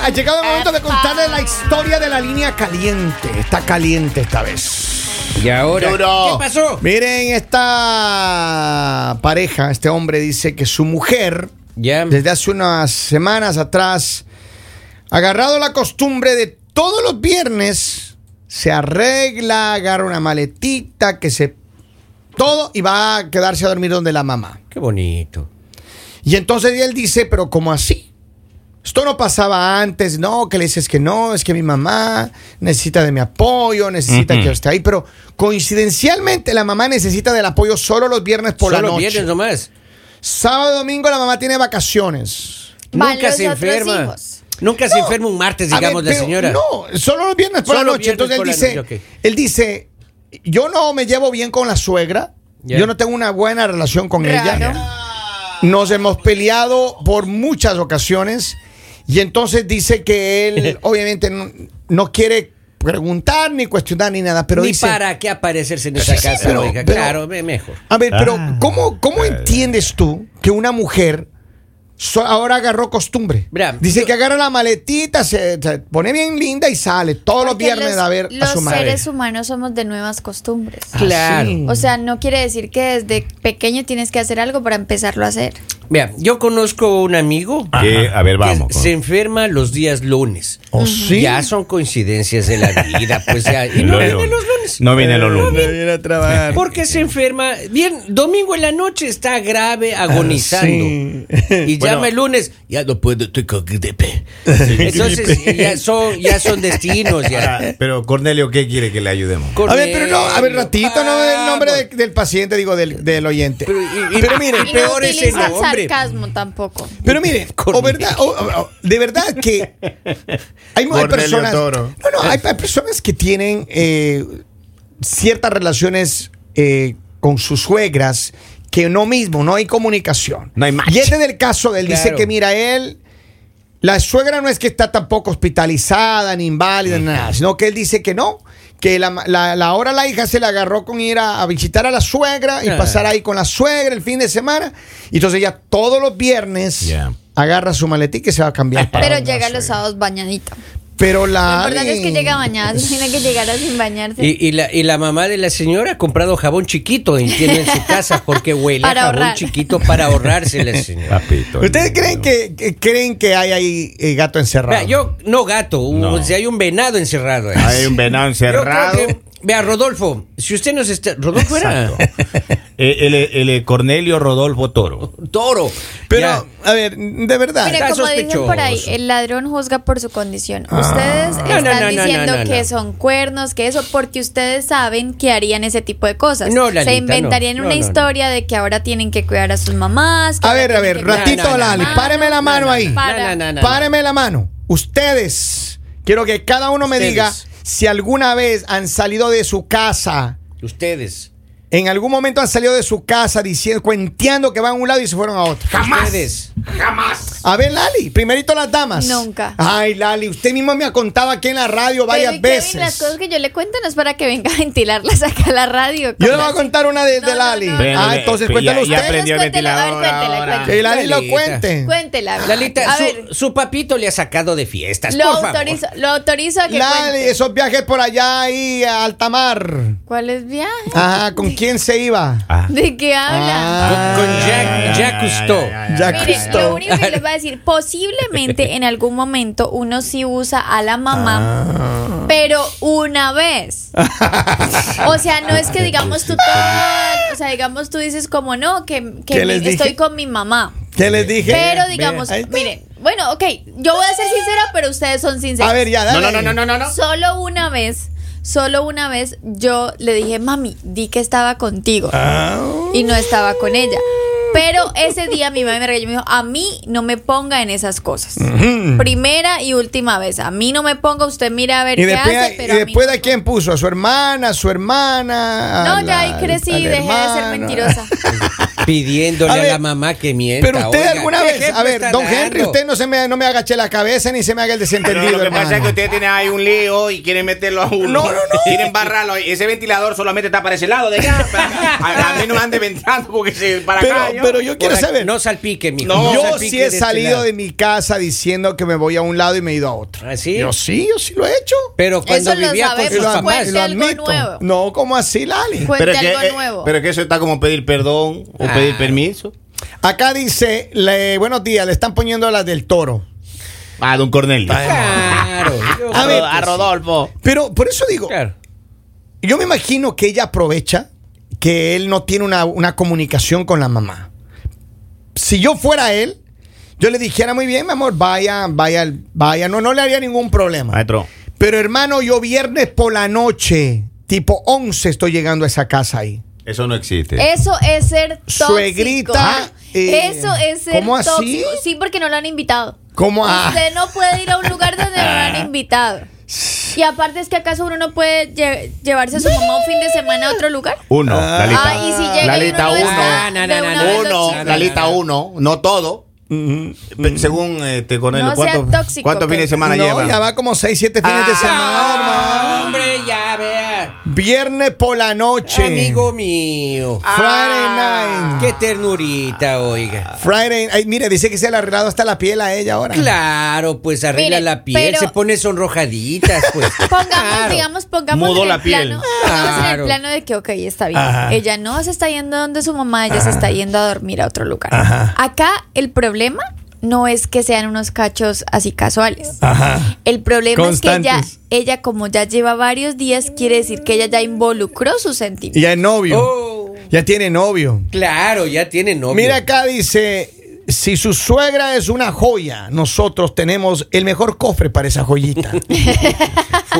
ha llegado el momento de contarles la historia de la línea caliente. Está caliente esta vez. Y ahora. Duro. ¿Qué pasó? Miren, esta pareja, este hombre dice que su mujer, Ya. desde hace unas semanas atrás, ha agarrado la costumbre de todos los viernes, se arregla, agarra una maletita, que se... Todo y va a quedarse a dormir donde la mamá. Qué bonito. Y entonces él dice, pero ¿cómo así? Esto no pasaba antes, no, que le dices que no, es que mi mamá necesita de mi apoyo, necesita que yo esté ahí, pero coincidencialmente la mamá necesita del apoyo solo los viernes por Solo la noche. viernes nomás. Sábado, domingo la mamá tiene vacaciones. Van Nunca los se otros enferma. hijos. Nunca se enferma un martes, A digamos, ver, la pero señora. No, solo los viernes por Solo la noche. viernes Entonces él por la dice, noche, ok. él dice, yo no me llevo bien con la suegra, Ya. yo no tengo una buena relación con Claro. ella. Nos hemos peleado por muchas ocasiones y entonces dice que él obviamente no, no quiere preguntar ni cuestionar ni nada, pero Ni dice, para qué aparecerse en esa Sí, casa, pero- oiga. pero- claro, me- mejor. a ver, pero Ah. ¿cómo, cómo entiendes tú que una mujer so- ahora agarró costumbre? Mira, dice yo- que agarra la maletita, se, se pone bien linda y sale todos los Porque viernes a ver a los su madre. seres humanos somos de nuevas costumbres. Ah, Claro. sí. O sea, no quiere decir que desde pequeño tienes que hacer algo para empezarlo a hacer. Mira, yo conozco un amigo Que, a ver, que vamos. se enferma los días lunes. ¿O ¿Oh, sí? Ya son coincidencias de la vida, pues ya. Y no Lo- viene los lunes. Eh, No viene los lunes. viene a trabajar. Porque se enferma. Bien, domingo en la noche está grave, agonizando. Ah, sí. Y llama el lunes, ya no puedo, estoy con gripe. Entonces, ya son, ya son destinos. Ya. Ahora, pero Cornelio, ¿qué quiere que le ayudemos? A ver, pero no, a ver, ratito, no el nombre vamos. de- del paciente, digo, del, del oyente. Pero, y- y- Pero mire, El Y no peor es el utilizan hombre. sarcasmo tampoco. Pero mire, o verdad, o- o- o- de verdad que hay, hay Cornelio personas. Toro. No, no, hay, hay personas que tienen eh, ciertas relaciones eh, con sus suegras que no mismo, no hay comunicación. No hay match. Y este es el caso de él. Dice Claro. que, mira, él. La suegra no es que está tampoco hospitalizada, ni inválida, ni nada, sino que él dice que no. Que la, ma- la, la hora la hija se la agarró con ir a, a visitar a la suegra y Ah. pasar ahí con la suegra el fin de semana. Y entonces ya todos los viernes Ya. agarra su maletín que se va a cambiar. para Pero donde la llega los suegra. sábados bañadito. Pero la. Lo importante es que llega bañada, se tiene que llegar a sin bañarse. Y, y la, y la mamá de la señora ha comprado jabón chiquito, entiende, en su casa, porque huele a Para jabón ahorrar. chiquito para ahorrarse la señora. Papito. ¿Ustedes creen que, que- creen que hay ahí eh, gato encerrado? Vea, yo, no gato, un- No. si hay un venado encerrado. ahí. Hay un venado Yo creo encerrado. que- vea, Rodolfo, si usted nos está. Rodolfo era. Eh, El, el, Cornelio Rodolfo Toro. Toro. Pero, Ya. a ver, de verdad. Mira, Está como dicen por ahí, sospechoso. Ah. el ladrón juzga por su condición. Ustedes no, están no, no, diciendo no, no, que no. son cuernos, que eso, porque ustedes saben que harían ese tipo de cosas. No, Lalita, Se inventarían no. una No, no, no. historia de que ahora tienen que cuidar a sus mamás. que A ahora ver, a tienen ver, que cuidar ratito, sus Lali, hermanos. páreme la mano ahí. Para. No, no, no, no, no. Páreme la mano. Ustedes, quiero que cada uno me Ustedes. diga si alguna vez han salido de su casa, Ustedes. en algún momento han salido de su casa diciendo, cuenteando que van a un lado y se fueron a otro. Ustedes. A ver, Lali, primerito las damas. Nunca. Ay, Lali, usted mismo me ha contado aquí en la radio Pero, varias y Kevin, veces. las cosas que yo le cuento no es para que venga a ventilarlas acá a la radio. Yo le voy ¿Cómo a así? contar una de, No, de no, Lali. no, Bueno, Ah, eh, entonces pues cuéntalo ya- ya usted. aprendí. Aprendió el Cuéntela, a ver, ventilador cuéntela, ahora. cuéntela. Que Lali lo Lalita. cuente. Cuéntela. Lalita, a su, ver, su papito le ha sacado de fiestas. lo por favor. autorizo, lo autorizo a que Lali, cuente. esos viajes por allá y a Altamar. ¿Cuál es viaje? Ajá, ¿con quién se iba? Ah. ¿De qué habla? Con, Ah. con Jack, Jack Cousteau. Ya Mire, Cristo. lo único que les voy a decir, posiblemente en algún momento uno sí usa a la Ah. mamá, pero una vez. O sea, no es que digamos tú todo- o sea, digamos tú dices como no, que, que ¿Qué mi- les dije? estoy con mi mamá. ¿Qué les dije? Pero digamos, Ahí está. miren, bueno, ok, yo voy a ser sincera, pero ustedes son sinceros. A ver, ya, dale. No, no, no, no, no, no. Solo una vez, solo una vez yo le dije, mami, di que estaba contigo. Ah. Y no estaba con ella. Pero ese día mi mamá me regañó y me dijo, a mí no me ponga en esas cosas. Primera y última vez, a mí no me ponga, usted mira a ver Y qué después, hace, y pero a mí después no. de quién puso, a su hermana, a su hermana. a No, ya la- ahí crecí al y dejé de ser hermano. mentirosa. pidiéndole A a, ver, la mamá que mienta. Pero usted Oiga, alguna ¿qué vez, ejemplo a ver, está don dando? Henry, usted no se me, no me agache la cabeza ni se me haga el Pero desentendido. lo que pasa es hermano. que usted tiene ahí un lío y quieren meterlo a uno. No, no, no. Quieren barrarlo. Ese ventilador solamente está para ese lado de allá. A, a mí no me ande ventilando porque se para Pero, acá. yo- pero yo quiero Por aquí- saber. No salpique, mijo. No, yo salpique sí he de este salido lado. de mi casa diciendo que me voy a un lado y me he ido a otro. ¿Ah, sí? Yo sí, yo sí lo he hecho. Pero cuando Eso lo vivía con Y sus sabemos, am- pues. papás. y lo algo nuevo. No, como así, Lali. Cuente que, algo eh, nuevo. pero que eso está como pedir perdón o Ah. pedir permiso. Acá dice, le- buenos días, le están poniendo las del toro. A Ah, don Cornelio. Claro. yo A A, creo ver, que sí. Rodolfo. Pero por eso digo, Claro. yo me imagino que ella aprovecha que él no tiene una, una comunicación con la mamá. Si yo fuera él, yo le dijera muy bien, mi amor, vaya, vaya, vaya. No, no le haría ningún problema. Ah, Maestro. Pero hermano, yo viernes por la noche, tipo 11, estoy llegando a esa casa ahí. Eso no existe. Eso es ser tóxico. Suegrita, Ah, eh, Eso es ser ¿cómo así? tóxico. Sí, porque no lo han invitado. ¿Cómo Ah, a- Usted no puede ir a un lugar donde no lo han invitado. Y aparte es que acaso uno no puede lle- llevarse a su mamá un fin de semana a otro lugar. Uno, Lalita. Ah, y si llega La y lista uno no uno. está, Ah, no, de no, una no, vez lo Uno, chingan. la lista uno, no todo. Pe- Según este Cornelio, No sea ¿cuántos, tóxico, cuántos fines de Pedro. semana no, lleva? ya va como 6, 7 fines de semana, Ah, hermano. hombre, ya vea. Viernes por la noche. Amigo mío. Ah. Friday night. Qué ternurita, oiga. Friday. Ay, mire, dice que se le ha arreglado hasta la piel a ella ahora. Claro, pues arregla Mire, la piel, pero- se pone sonrojaditas, pues. Pongamos, Claro. digamos, pongamos Mudó en el la piel. plano, pongamos en el Claro. plano de que, ok, está bien. Ella no se está yendo donde su mamá, ella se está yendo a dormir a otro lugar. Acá el problema no es que sean unos cachos así casuales. El problema es Constantes. que ella, ella, como ya lleva varios días, quiere decir que ella ya involucró sus sentimientos. Ya es novio. Oh, Ya tiene novio. claro, ya tiene novio. Mira acá dice, si su suegra es una joya, nosotros tenemos el mejor cofre para esa joyita.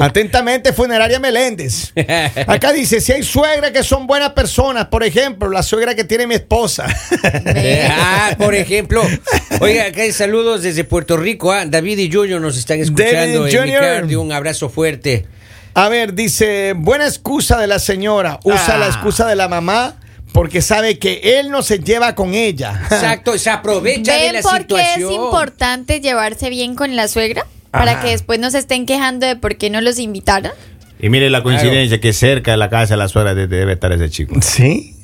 Atentamente, Funeraria Meléndez. Acá dice, si hay suegras que son buenas personas, por ejemplo, la suegra que tiene mi esposa. Eh, ah, por ejemplo. Oiga, acá hay saludos desde Puerto Rico. ah, David y Junior nos están escuchando. David en Junior. Micardio, un abrazo fuerte. A ver, dice, buena excusa de la señora, usa Ah. la excusa de la mamá porque sabe que él no se lleva con ella. Exacto, se aprovecha de ¿Ven la por qué es situación. importante llevarse bien con la suegra? Para que después no se estén quejando de por qué no los invitaron. Y mire la coincidencia que cerca de la casa de la suegra de- debe estar ese chico. ¿Sí?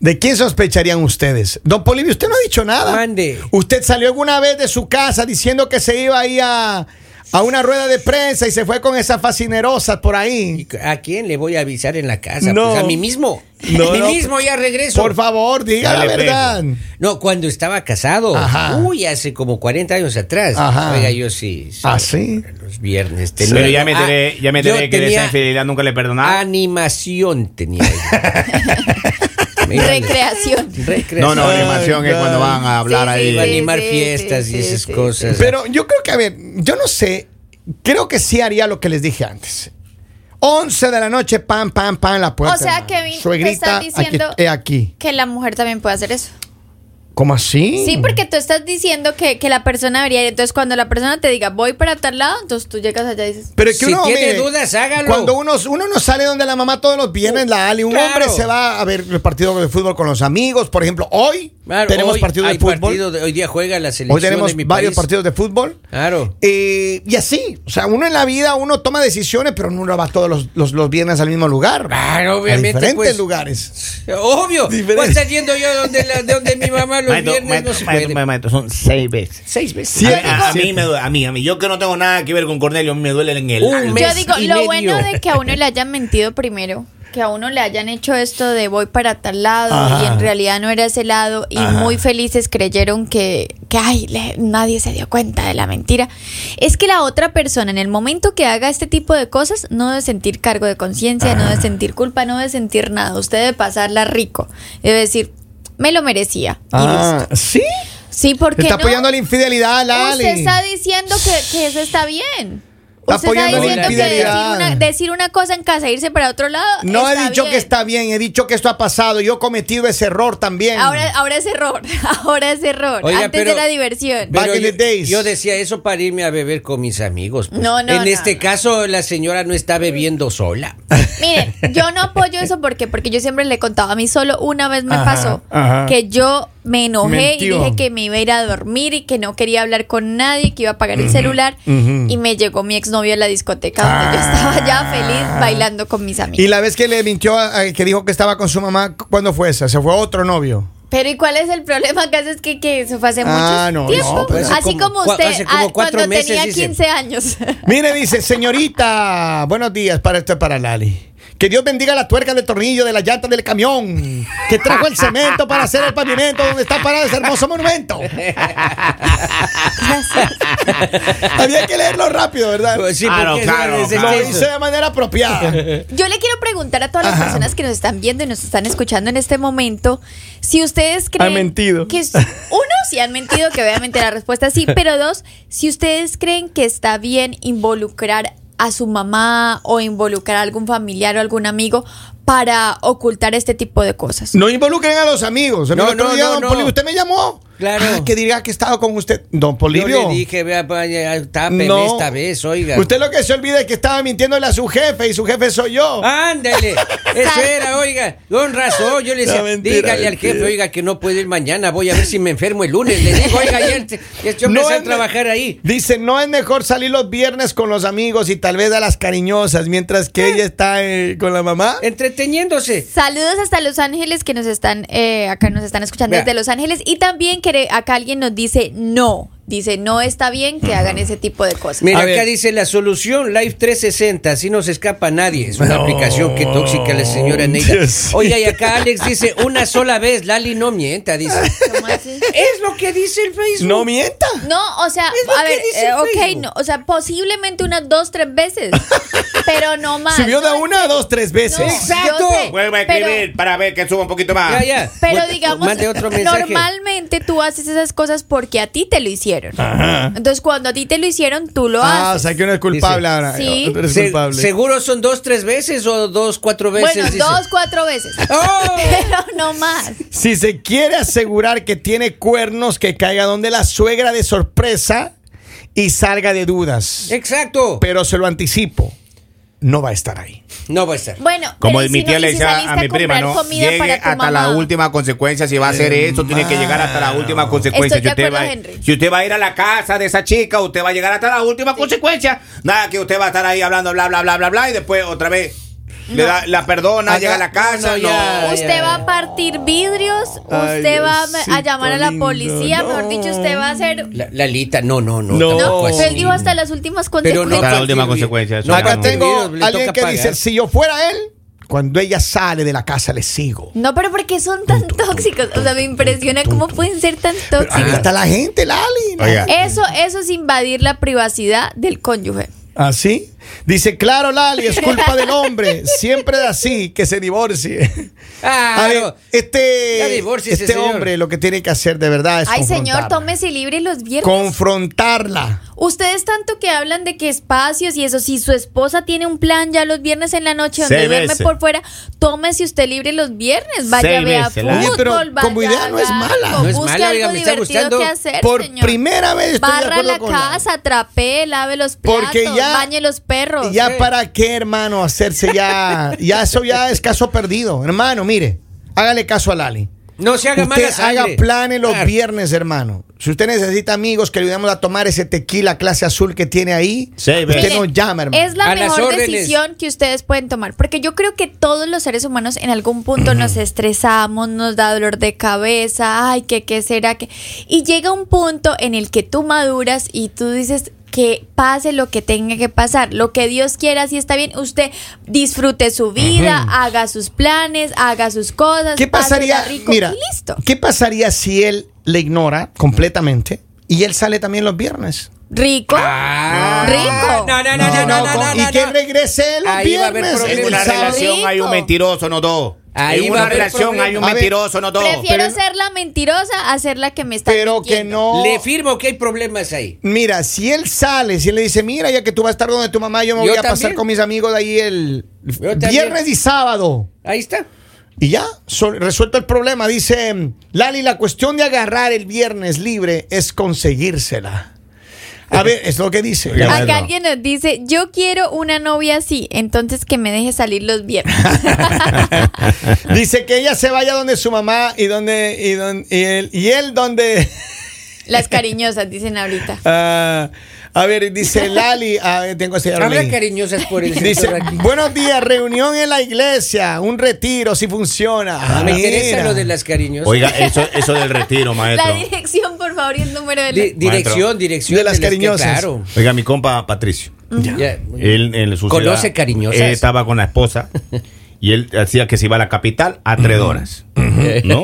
¿De quién sospecharían ustedes? Don Polivio, usted no ha dicho nada. Mande. Usted salió alguna vez de su casa diciendo que se iba ahí a, a una rueda de prensa y se fue con esas fascinerosas por ahí. ¿A quién le voy a avisar en la casa? No. Pues a mí mismo. No, a mí no. mismo ya regreso. Por favor, diga Dale, la verdad. No, cuando estaba casado. Ajá. Uy, hace como 40 años atrás. Ajá. Oiga, yo sí. ¿Ah, sí? Los viernes. tenía- Pero ya me Ah, enteré, ya me yo enteré que de esa tenía Ah, infidelidad nunca le perdonaba. Animación tenía. yo. Me iba a- Recreación. No, Recreación. no, animación es Ay, cuando van a hablar Sí, sí, ahí. Iba a animar sí, fiestas sí, y sí, esas sí, cosas. Pero yo creo que, a ver, yo no sé. Creo que sí haría lo que les dije antes. 11 de la noche, pam, pam, pam, la puerta. O sea, hermano. Kevin, te Suegrita, estás diciendo- aquí, he aquí. Que la mujer también puede hacer eso. ¿Cómo así? Sí, porque tú estás diciendo que, que la persona debería ir. Entonces, cuando la persona te diga, voy para tal lado, entonces tú llegas allá y dices, Pero es que Si uno, tiene mire, dudas, hágalo. Cuando uno, uno no sale donde la mamá todos los viernes, la Ali, un Claro. hombre se va a ver el partido de fútbol con los amigos. Por ejemplo, hoy Claro, tenemos hoy partido de hay fútbol. partido de- hoy día juega la selección hoy tenemos de mi varios país. partidos de fútbol. Claro. Eh, y así, o sea, uno en la vida, uno toma decisiones, pero uno no va todos los, los, los viernes al mismo lugar. Claro, Ah, obviamente, A diferentes pues. lugares. Obvio. Voy a estar yendo yo donde, la- donde mi mamá los Maestro, viernes maestro, no se maestro, puede. maestro, son seis veces. Seis veces. A, a- a Siete. mí me duele, a mí, a mí. Yo que no tengo nada que ver con Cornelio, a mí me duele en el Un alma. mes yo digo, y lo medio. bueno de que a uno le hayan mentido primero, que a uno le hayan hecho esto de voy para tal lado y en realidad no era ese lado y muy felices creyeron que, que ay, le- nadie se dio cuenta de la mentira. Es que la otra persona en el momento que haga este tipo de cosas no debe sentir cargo de conciencia, no debe sentir culpa, no debe sentir nada. Usted debe pasarla rico. Debe decir, me lo merecía. y listo. Ah, sí. Sí, porque Está no? apoyando la infidelidad, la Usted Ali. está diciendo que, que eso está bien. Está Usted está apoyando la diciendo que decir infidelidad. una, decir una cosa en casa e irse para otro lado. No he está dicho bien. que está bien, he dicho que esto ha pasado. Yo he cometido ese error también. Ahora, ahora es error. Ahora es error. Oiga, Antes pero- era diversión. Back Pero in yo, the days. yo decía eso para irme a beber con mis amigos. pues. No, no, En no, este no. caso, la señora no está bebiendo sola. Ah, Miren, yo no apoyo eso porque porque yo siempre le contaba a mí solo una vez me Ajá, pasó ajá. que yo me enojé Mentió. y dije que me iba a ir a dormir y que no quería hablar con nadie, que iba a apagar el celular y me llegó mi exnovio a la discoteca donde Ah. yo estaba ya feliz bailando con mis amigos. Y la vez que le mintió, a- a- que dijo que estaba con su mamá, ¿cuándo fue esa? ¿Se fue otro novio? Pero ¿y cuál es el problema que hace? Es que, que eso fue hace Ah, mucho no, tiempo. no, pero hace Así como- como cua- usted hace como ah, cuatro cuando meses, tenía dice. 15 años. Mire, dice, señorita, buenos días, para esto es para Lali. Que Dios bendiga la tuerca del tornillo de la llanta del camión que trajo el cemento para hacer el pavimento donde está parado ese hermoso monumento. Había que leerlo rápido, ¿verdad? Sí, Claro, porque claro, es- es- claro. Lo es- hice de manera apropiada. Yo le quiero preguntar a todas las personas que nos están viendo y nos están escuchando en este momento si ustedes creen mentido. que s- uno si han mentido que obviamente la respuesta es sí, pero dos si ustedes creen que está bien involucrar a su mamá o involucrar a algún familiar o algún amigo para ocultar este tipo de cosas. No involucren a los amigos. El No, otro no, día, no, don no. Polibio, ¿usted me llamó? Claro. Ah, que diría que estaba con usted. Don Yo Polibio. le dije, vea, vaya, tápeme esta vez, oiga. Usted lo que se olvida es que estaba mintiéndole a su jefe y su jefe soy yo. Ándale, eso era, oiga, con razón, yo le decía, No, mentira, dígale al jefe, mentira. oiga, que no puedo ir mañana, voy a ver si me enfermo el lunes, le digo, oiga, ayer te- este hombre sale me- a trabajar ahí. Dice, no es mejor salir los viernes con los amigos y tal vez a las cariñosas, mientras Ah. que ella está eh, con la mamá. Entreteniéndose. Saludos hasta Los Ángeles que nos están eh, acá nos están escuchando Vea. desde Los Ángeles y también que acá alguien nos dice no, dice no está bien que hagan ese tipo de cosas. Mira, A acá ver. dice la solución Live 360, así no se escapa nadie. Es una No. aplicación que tóxica la señora Neida. Dios. Oiga, y acá Alex dice, una sola vez, Lali no mienta, dice. ¿Cómo así? Es lo que dice el Facebook. No mienta. No, o sea, Es lo a que ver, dice eh, ok, Facebook. no, o sea, posiblemente unas dos, tres veces, pero no más. Subió de No, una a dos, tres veces. no, Exacto. yo sé, Vuelve a pero- escribir para ver que suba un poquito más. Ya, ya. Pero Bueno, digamos, mande otro mensaje. normalmente tú haces esas cosas porque a ti te lo hicieron. Entonces, cuando a ti te lo hicieron, tú lo Ah, o haces. sea que uno es culpable ah, Dice, ahora. sí. Tú eres Se- culpable. ¿Seguro son dos, tres veces o dos, cuatro veces? bueno, dice. dos, cuatro veces, ¡Oh! pero no más. Si se quiere asegurar que tiene cuernos, que caiga donde la suegra de sorpresa y salga de dudas. Exacto. Pero se lo anticipo, no va a estar ahí. No va a estar. Bueno, Como pero ¿y mi si tía no- y le si decía saliste a mi prima, comprar ¿no? comida Llegue para tu hasta mamá? la última consecuencia. Si va a hacer eso, tiene que llegar hasta la última consecuencia. Estoy de Si usted acuerdo, va- Henry. si usted va a ir a la casa de esa chica, usted va a llegar hasta la última consecuencia. Nada, que usted va a estar ahí hablando, bla, bla, bla, bla, bla, y después otra vez le da- la perdona, Haga- llega a la casa. no, No, ya. Ay, Usted ay, va ay. a partir vidrios, Ay, usted va a- a Diosito llamar a la lindo, policía, mejor no. dicho, usted va a hacer La, Lalita, no, no, no. No. tampoco pues así. No, pero él dijo hasta las últimas Pero no consecuencias. Hasta la última Henry. consecuencia, eso No, ya Acá no. tengo Le alguien toca que dice, pagar. si yo fuera él, cuando ella sale de la casa le sigo. No, pero ¿por qué son tan tóxicos? O sea, me impresiona cómo pueden ser tan Pero ahí tóxicos. está la gente, Lali. ¿no? Oiga. Eso, eso es invadir la privacidad del cónyuge. ¿Así? ¿Ah, Dice, claro, Lali, es culpa del hombre. Siempre es así, que se divorcie. Ah, A ver, no. Ya este, divórciese, este señor. hombre lo que tiene que hacer de verdad es Ay, señor, confrontarla. tómese libre los viernes. confrontarla. Ustedes tanto que hablan de que espacios y eso, si su esposa tiene un plan ya los viernes en la noche donde Seis duerme veces. por fuera, tómese usted libre los viernes, vaya a Seis vea veces, fútbol, la- Oye, pero vaya como idea a no es algo, mala. No es busque mala, oiga, algo me está divertido gustando. que hacer, Por señor. primera vez estoy de Barra acuerdo la con Lali. casa, trapee, lave los platos, Porque ya- bañe los perros. Ya para qué, hermano, hacerse ya. Ya eso ya es caso perdido. Hermano, mire, hágale caso a Lali. No se haga mala Usted haga sangre. planes los Claro. viernes, hermano. Si usted necesita amigos que le ayudemos a tomar ese tequila clase azul que tiene ahí, Sí, ve. usted Miren, nos llama, hermano. Es la A las mejor órdenes. decisión que ustedes pueden tomar. Porque yo creo que todos los seres humanos en algún punto nos estresamos, nos da dolor de cabeza, ay, que qué será que. Y llega un punto en el que tú maduras y tú dices que pase lo que tenga que pasar, lo que Dios quiera, si está bien, usted disfrute su vida, haga sus planes, haga sus cosas, ¿Qué pasaría? pásela rico Mira, y listo. ¿qué pasaría si él le ignora completamente y él sale también los viernes? Rico, Ah. rico. No, no, no, no, no, no, no, ¿Y no, que no. regrese él los Ahí va a haber viernes? problemas. En el una sábado? relación hay un Rico. mentiroso, no dos. en Ahí va a una haber relación problema. hay un A ver, mentiroso, no dos. Prefiero Pero- ser la mentirosa a ser la que me está Pero que no. Le firmo que hay problemas ahí. Mira, si él sale, si él le dice, mira, ya que tú vas a estar donde tu mamá, yo me Yo voy a pasar también. con mis amigos de ahí el Yo también. viernes y sábado. Ahí está. Y ya, so- resuelto el problema. Dice Lali, la cuestión de agarrar el viernes libre es conseguírsela. A ver, es lo que dice. Ya Acá bueno. alguien nos dice, yo quiero una novia así, entonces que me deje salir los viernes. Dice que ella se vaya donde su mamá y donde y, don- y él, y él donde... Las cariñosas dicen ahorita. Ah, a ver, dice Lali, a ver, tengo que seguir Habla leyendo. cariñosas por el Dice, sector aquí. buenos días, reunión en la iglesia, un retiro, si funciona. Ah, me Mira. interesa lo de las cariñosas. Oiga, eso, eso del retiro, La maestro. dirección, por favor, y el número de la... Di- dirección, Maestro. dirección. De las que- cariñosas. Claro. Oiga, mi compa Patricio. Ya. Él en su Conoce ciudad, cariñosas. eh, estaba con la esposa y él hacía que se iba a la capital a tres horas. ¿No?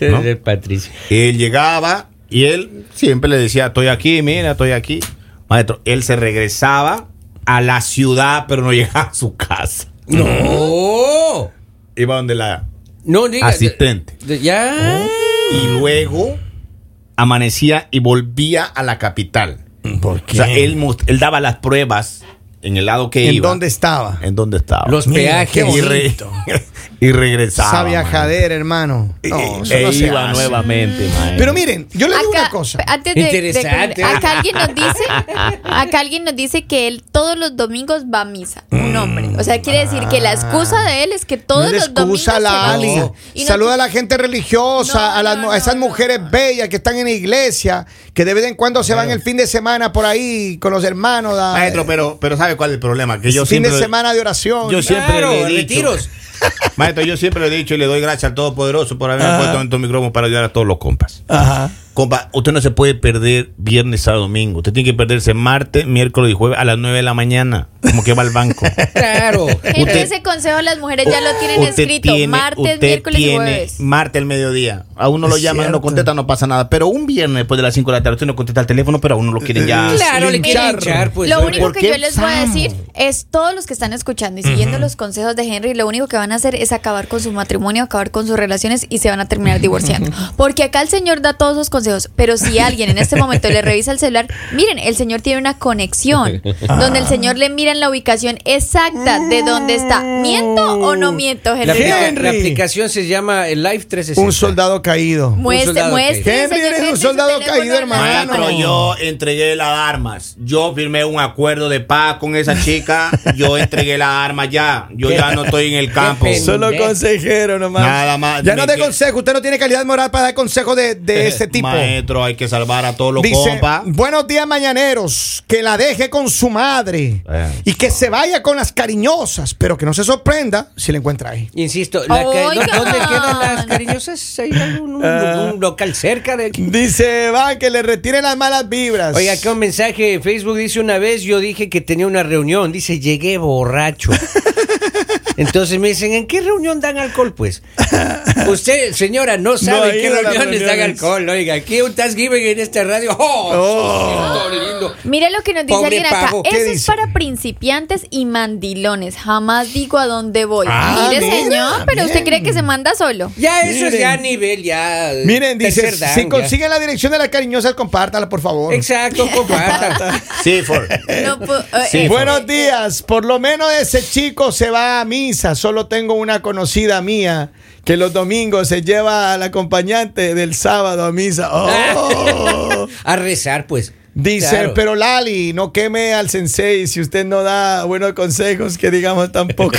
¿No? Eh, Patricio. Él llegaba y él siempre le decía, estoy aquí, mira, estoy aquí. Maestro, él se regresaba a la ciudad, pero no llegaba a su casa. No. Iba donde la... No, diga. Asistente. Oh, de- de- Ya. Y luego amanecía y volvía a la capital. ¿Por O sea, él, mos- él daba las pruebas en el lado que ¿En iba. dónde estaba? ¿En dónde estaba? Los Mira, qué peajes. y, re- y regresaba. Esa maestro. viajadera, hermano. Y- No, eso e no se iba hace. nuevamente, maestro. Pero miren, yo les digo Acá, una cosa. p- antes de- de- Interesante. acá alguien nos dice, acá alguien nos dice que él todos los domingos va a misa, Mm. un hombre. O sea, quiere decir que la excusa de él es que todos No es los domingos excusa se va la a Ali. misa. Y no- Saluda a la gente religiosa, No, a, las, no, mu- a no, esas no. mujeres bellas que están en la iglesia, que de vez en cuando se van el fin de semana por ahí con los hermanos. a- Maestro, pero, pero ¿sabe cuál es el problema? Este Que fin yo siempre, de semana de oración. Yo siempre Claro, le he dicho- retiros. Maestro, yo siempre le he dicho y le doy gracias al Todopoderoso por haberme puesto en tu micrófono para ayudar a todos los compas. Ajá. Compa, usted no se puede perder viernes a domingo. Usted tiene que perderse martes, miércoles y jueves a las 9 de la mañana. Como que va al banco. Claro. Gente, Usted- ese consejo a las mujeres ya lo tienen Usted escrito. tiene- martes, usted miércoles y tiene jueves. Martes al mediodía. A uno lo Es llaman, cierto. no contesta, no pasa nada. Pero un viernes después de las 5 de la tarde, usted no contesta el teléfono, pero a uno lo quieren ya. Claro, le quieren Linchar. hinchar, pues. lo hombre. único que qué yo les voy a usamos? decir es todos los que están escuchando y siguiendo los consejos de Henry, lo único que van a hacer es acabar con su matrimonio, acabar con sus relaciones y se van a terminar divorciando. Porque acá el señor da todos esos consejos, pero si alguien en este momento le revisa el celular, miren, el señor tiene una conexión Ah. donde el señor le mira en la ubicación exacta de dónde está. ¿Miento o no miento, La, Henry? aplica- Henry. la aplicación se llama el Live 360. Un soldado caído. Muestre, soldado muestre, caído. Henry, señor eres un Henry, su soldado teléfono caído, en la hermano. mano. Maestro, yo entregué las armas. Yo firmé un acuerdo de paz con esa chica. Yo entregué las armas ya. Yo ya no estoy en el campo. Qué pena. Solo consejero nomás. Nada más. Ya no Me de que- consejo. Usted no tiene calidad moral para dar consejos de, de este tipo. Maestro, hay que salvar a todos los Dice, compas. buenos días mañaneros, que la deje con su madre Eh. y que se vaya con las cariñosas, pero que no se sorprenda si la encuentra ahí. Insisto, la ca- Oigan. ¿dónde quedan las cariñosas? ¿Hay algún un, Ah. un local cerca de aquí? Dice, va, que le retire las malas vibras. Oiga, acá un mensaje de Facebook dice una vez yo dije que tenía una reunión, dice llegué borracho. Entonces me dicen, ¿en qué reunión dan alcohol pues? Usted, señora, no No sabe ha en qué ido a las reuniones dan reuniones. alcohol, oiga, aquí un Thanksgiving en esta radio. ¡Oh! eso es todo lindo. Mire lo que nos dice Pobre alguien acá. pavo. Eso ¿Qué es dice? para principiantes y mandilones. Jamás digo a dónde voy. Ah, mire, mira, señor, pero usted bien. cree que se manda solo. Ya eso es Miren. ya a nivel, ya. Miren, dice, tercer dan, si ya. consiguen la dirección de las cariñosas, compártala, por favor. Exacto, compartan. Sí, for. No pu- eh, Sí, eh, Buenos días, por lo menos ese chico se va a misa, solo tengo una conocida mía que los domingos se lleva al acompañante del sábado a misa. Oh. a rezar, pues. Dice, Claro. pero Lali, no queme al sensei si usted no da buenos consejos, que digamos tampoco.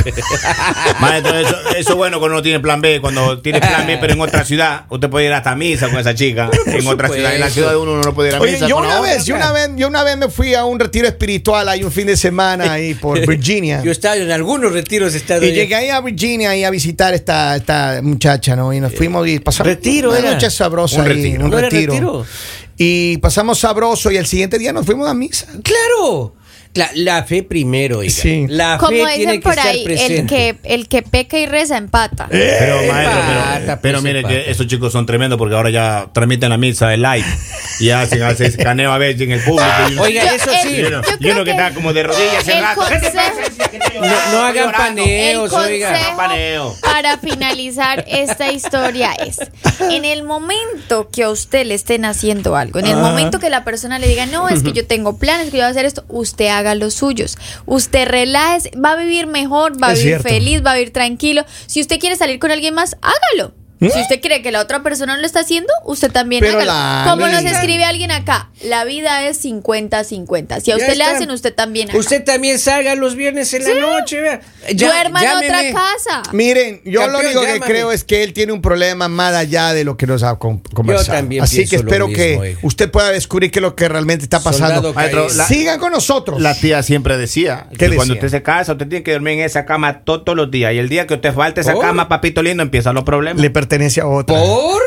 Maestro, eso eso es bueno cuando uno tiene plan B. Cuando tiene plan B, pero en otra ciudad, usted puede ir hasta misa con esa chica. En otra supuesto. ciudad, en la ciudad de uno, uno no puede ir a Oye, misa. yo con la una otra. vez, yo una vez, yo una vez me fui a un retiro espiritual ahí un fin de semana ahí por Virginia. Yo he estado en algunos retiros, he estado Y ya. llegué ahí a Virginia ahí a visitar esta, esta muchacha, ¿no? Y nos fuimos y pasamos Retiro una era. noche sabrosa Un ahí, retiro. un ¿No era retiro. retiro? Y pasamos sabroso y el siguiente día nos fuimos a misa. Claro. La, la fe primero, oiga. Sí. La fe como tiene dicen que por estar ahí, presente. el que, el que peca y reza empata. Pero, Eh, maestro, pata, pero, pues, pero mire pata. que esos chicos son tremendos porque ahora ya transmiten la misa de live. Y hacen, hacen escaneo a veces en el público. Y uno- Oiga, Yo- eso el- sí. y uno, yo y uno creo que que está como de rodillas hace el rato. ¿Qué te consejo- pasa? Decía que te No, lloraba, no hagan llorando. paneos, el oiga. consejo Paneo. para finalizar esta historia es, en el momento que a usted le estén haciendo algo, en el momento que la persona le diga, no, es que yo tengo planes, que yo voy a hacer esto, usted haga los suyos, usted relájese, va a vivir mejor, va a Es vivir cierto. feliz, va a vivir tranquilo. Si usted quiere salir con alguien más, hágalo. ¿Eh? Si usted cree que la otra persona no lo está haciendo, usted también Pero hágalo. la- Como la- nos escribe alguien acá, la vida es 50-50. Si a Ya usted le está. hacen, usted también hágalo. Usted también salga los viernes en la noche. vea. Ya- Duerma en llámeme. otra casa. Miren, yo Campeón, lo único que llámame. creo es que él tiene un problema más allá de lo que nos ha con- conversado. también Así que pienso lo espero que mismo, oiga. usted pueda descubrir qué es lo que realmente está pasando. Soldado Maestro, caído. la- Sigan con nosotros. La tía siempre decía que ¿Qué decía? cuando usted se casa, usted tiene que dormir en esa cama to- todos los días. Y el día que usted falte esa Oh. cama, papito lindo, empiezan los problemas. le pertenece a otra. ¿Por?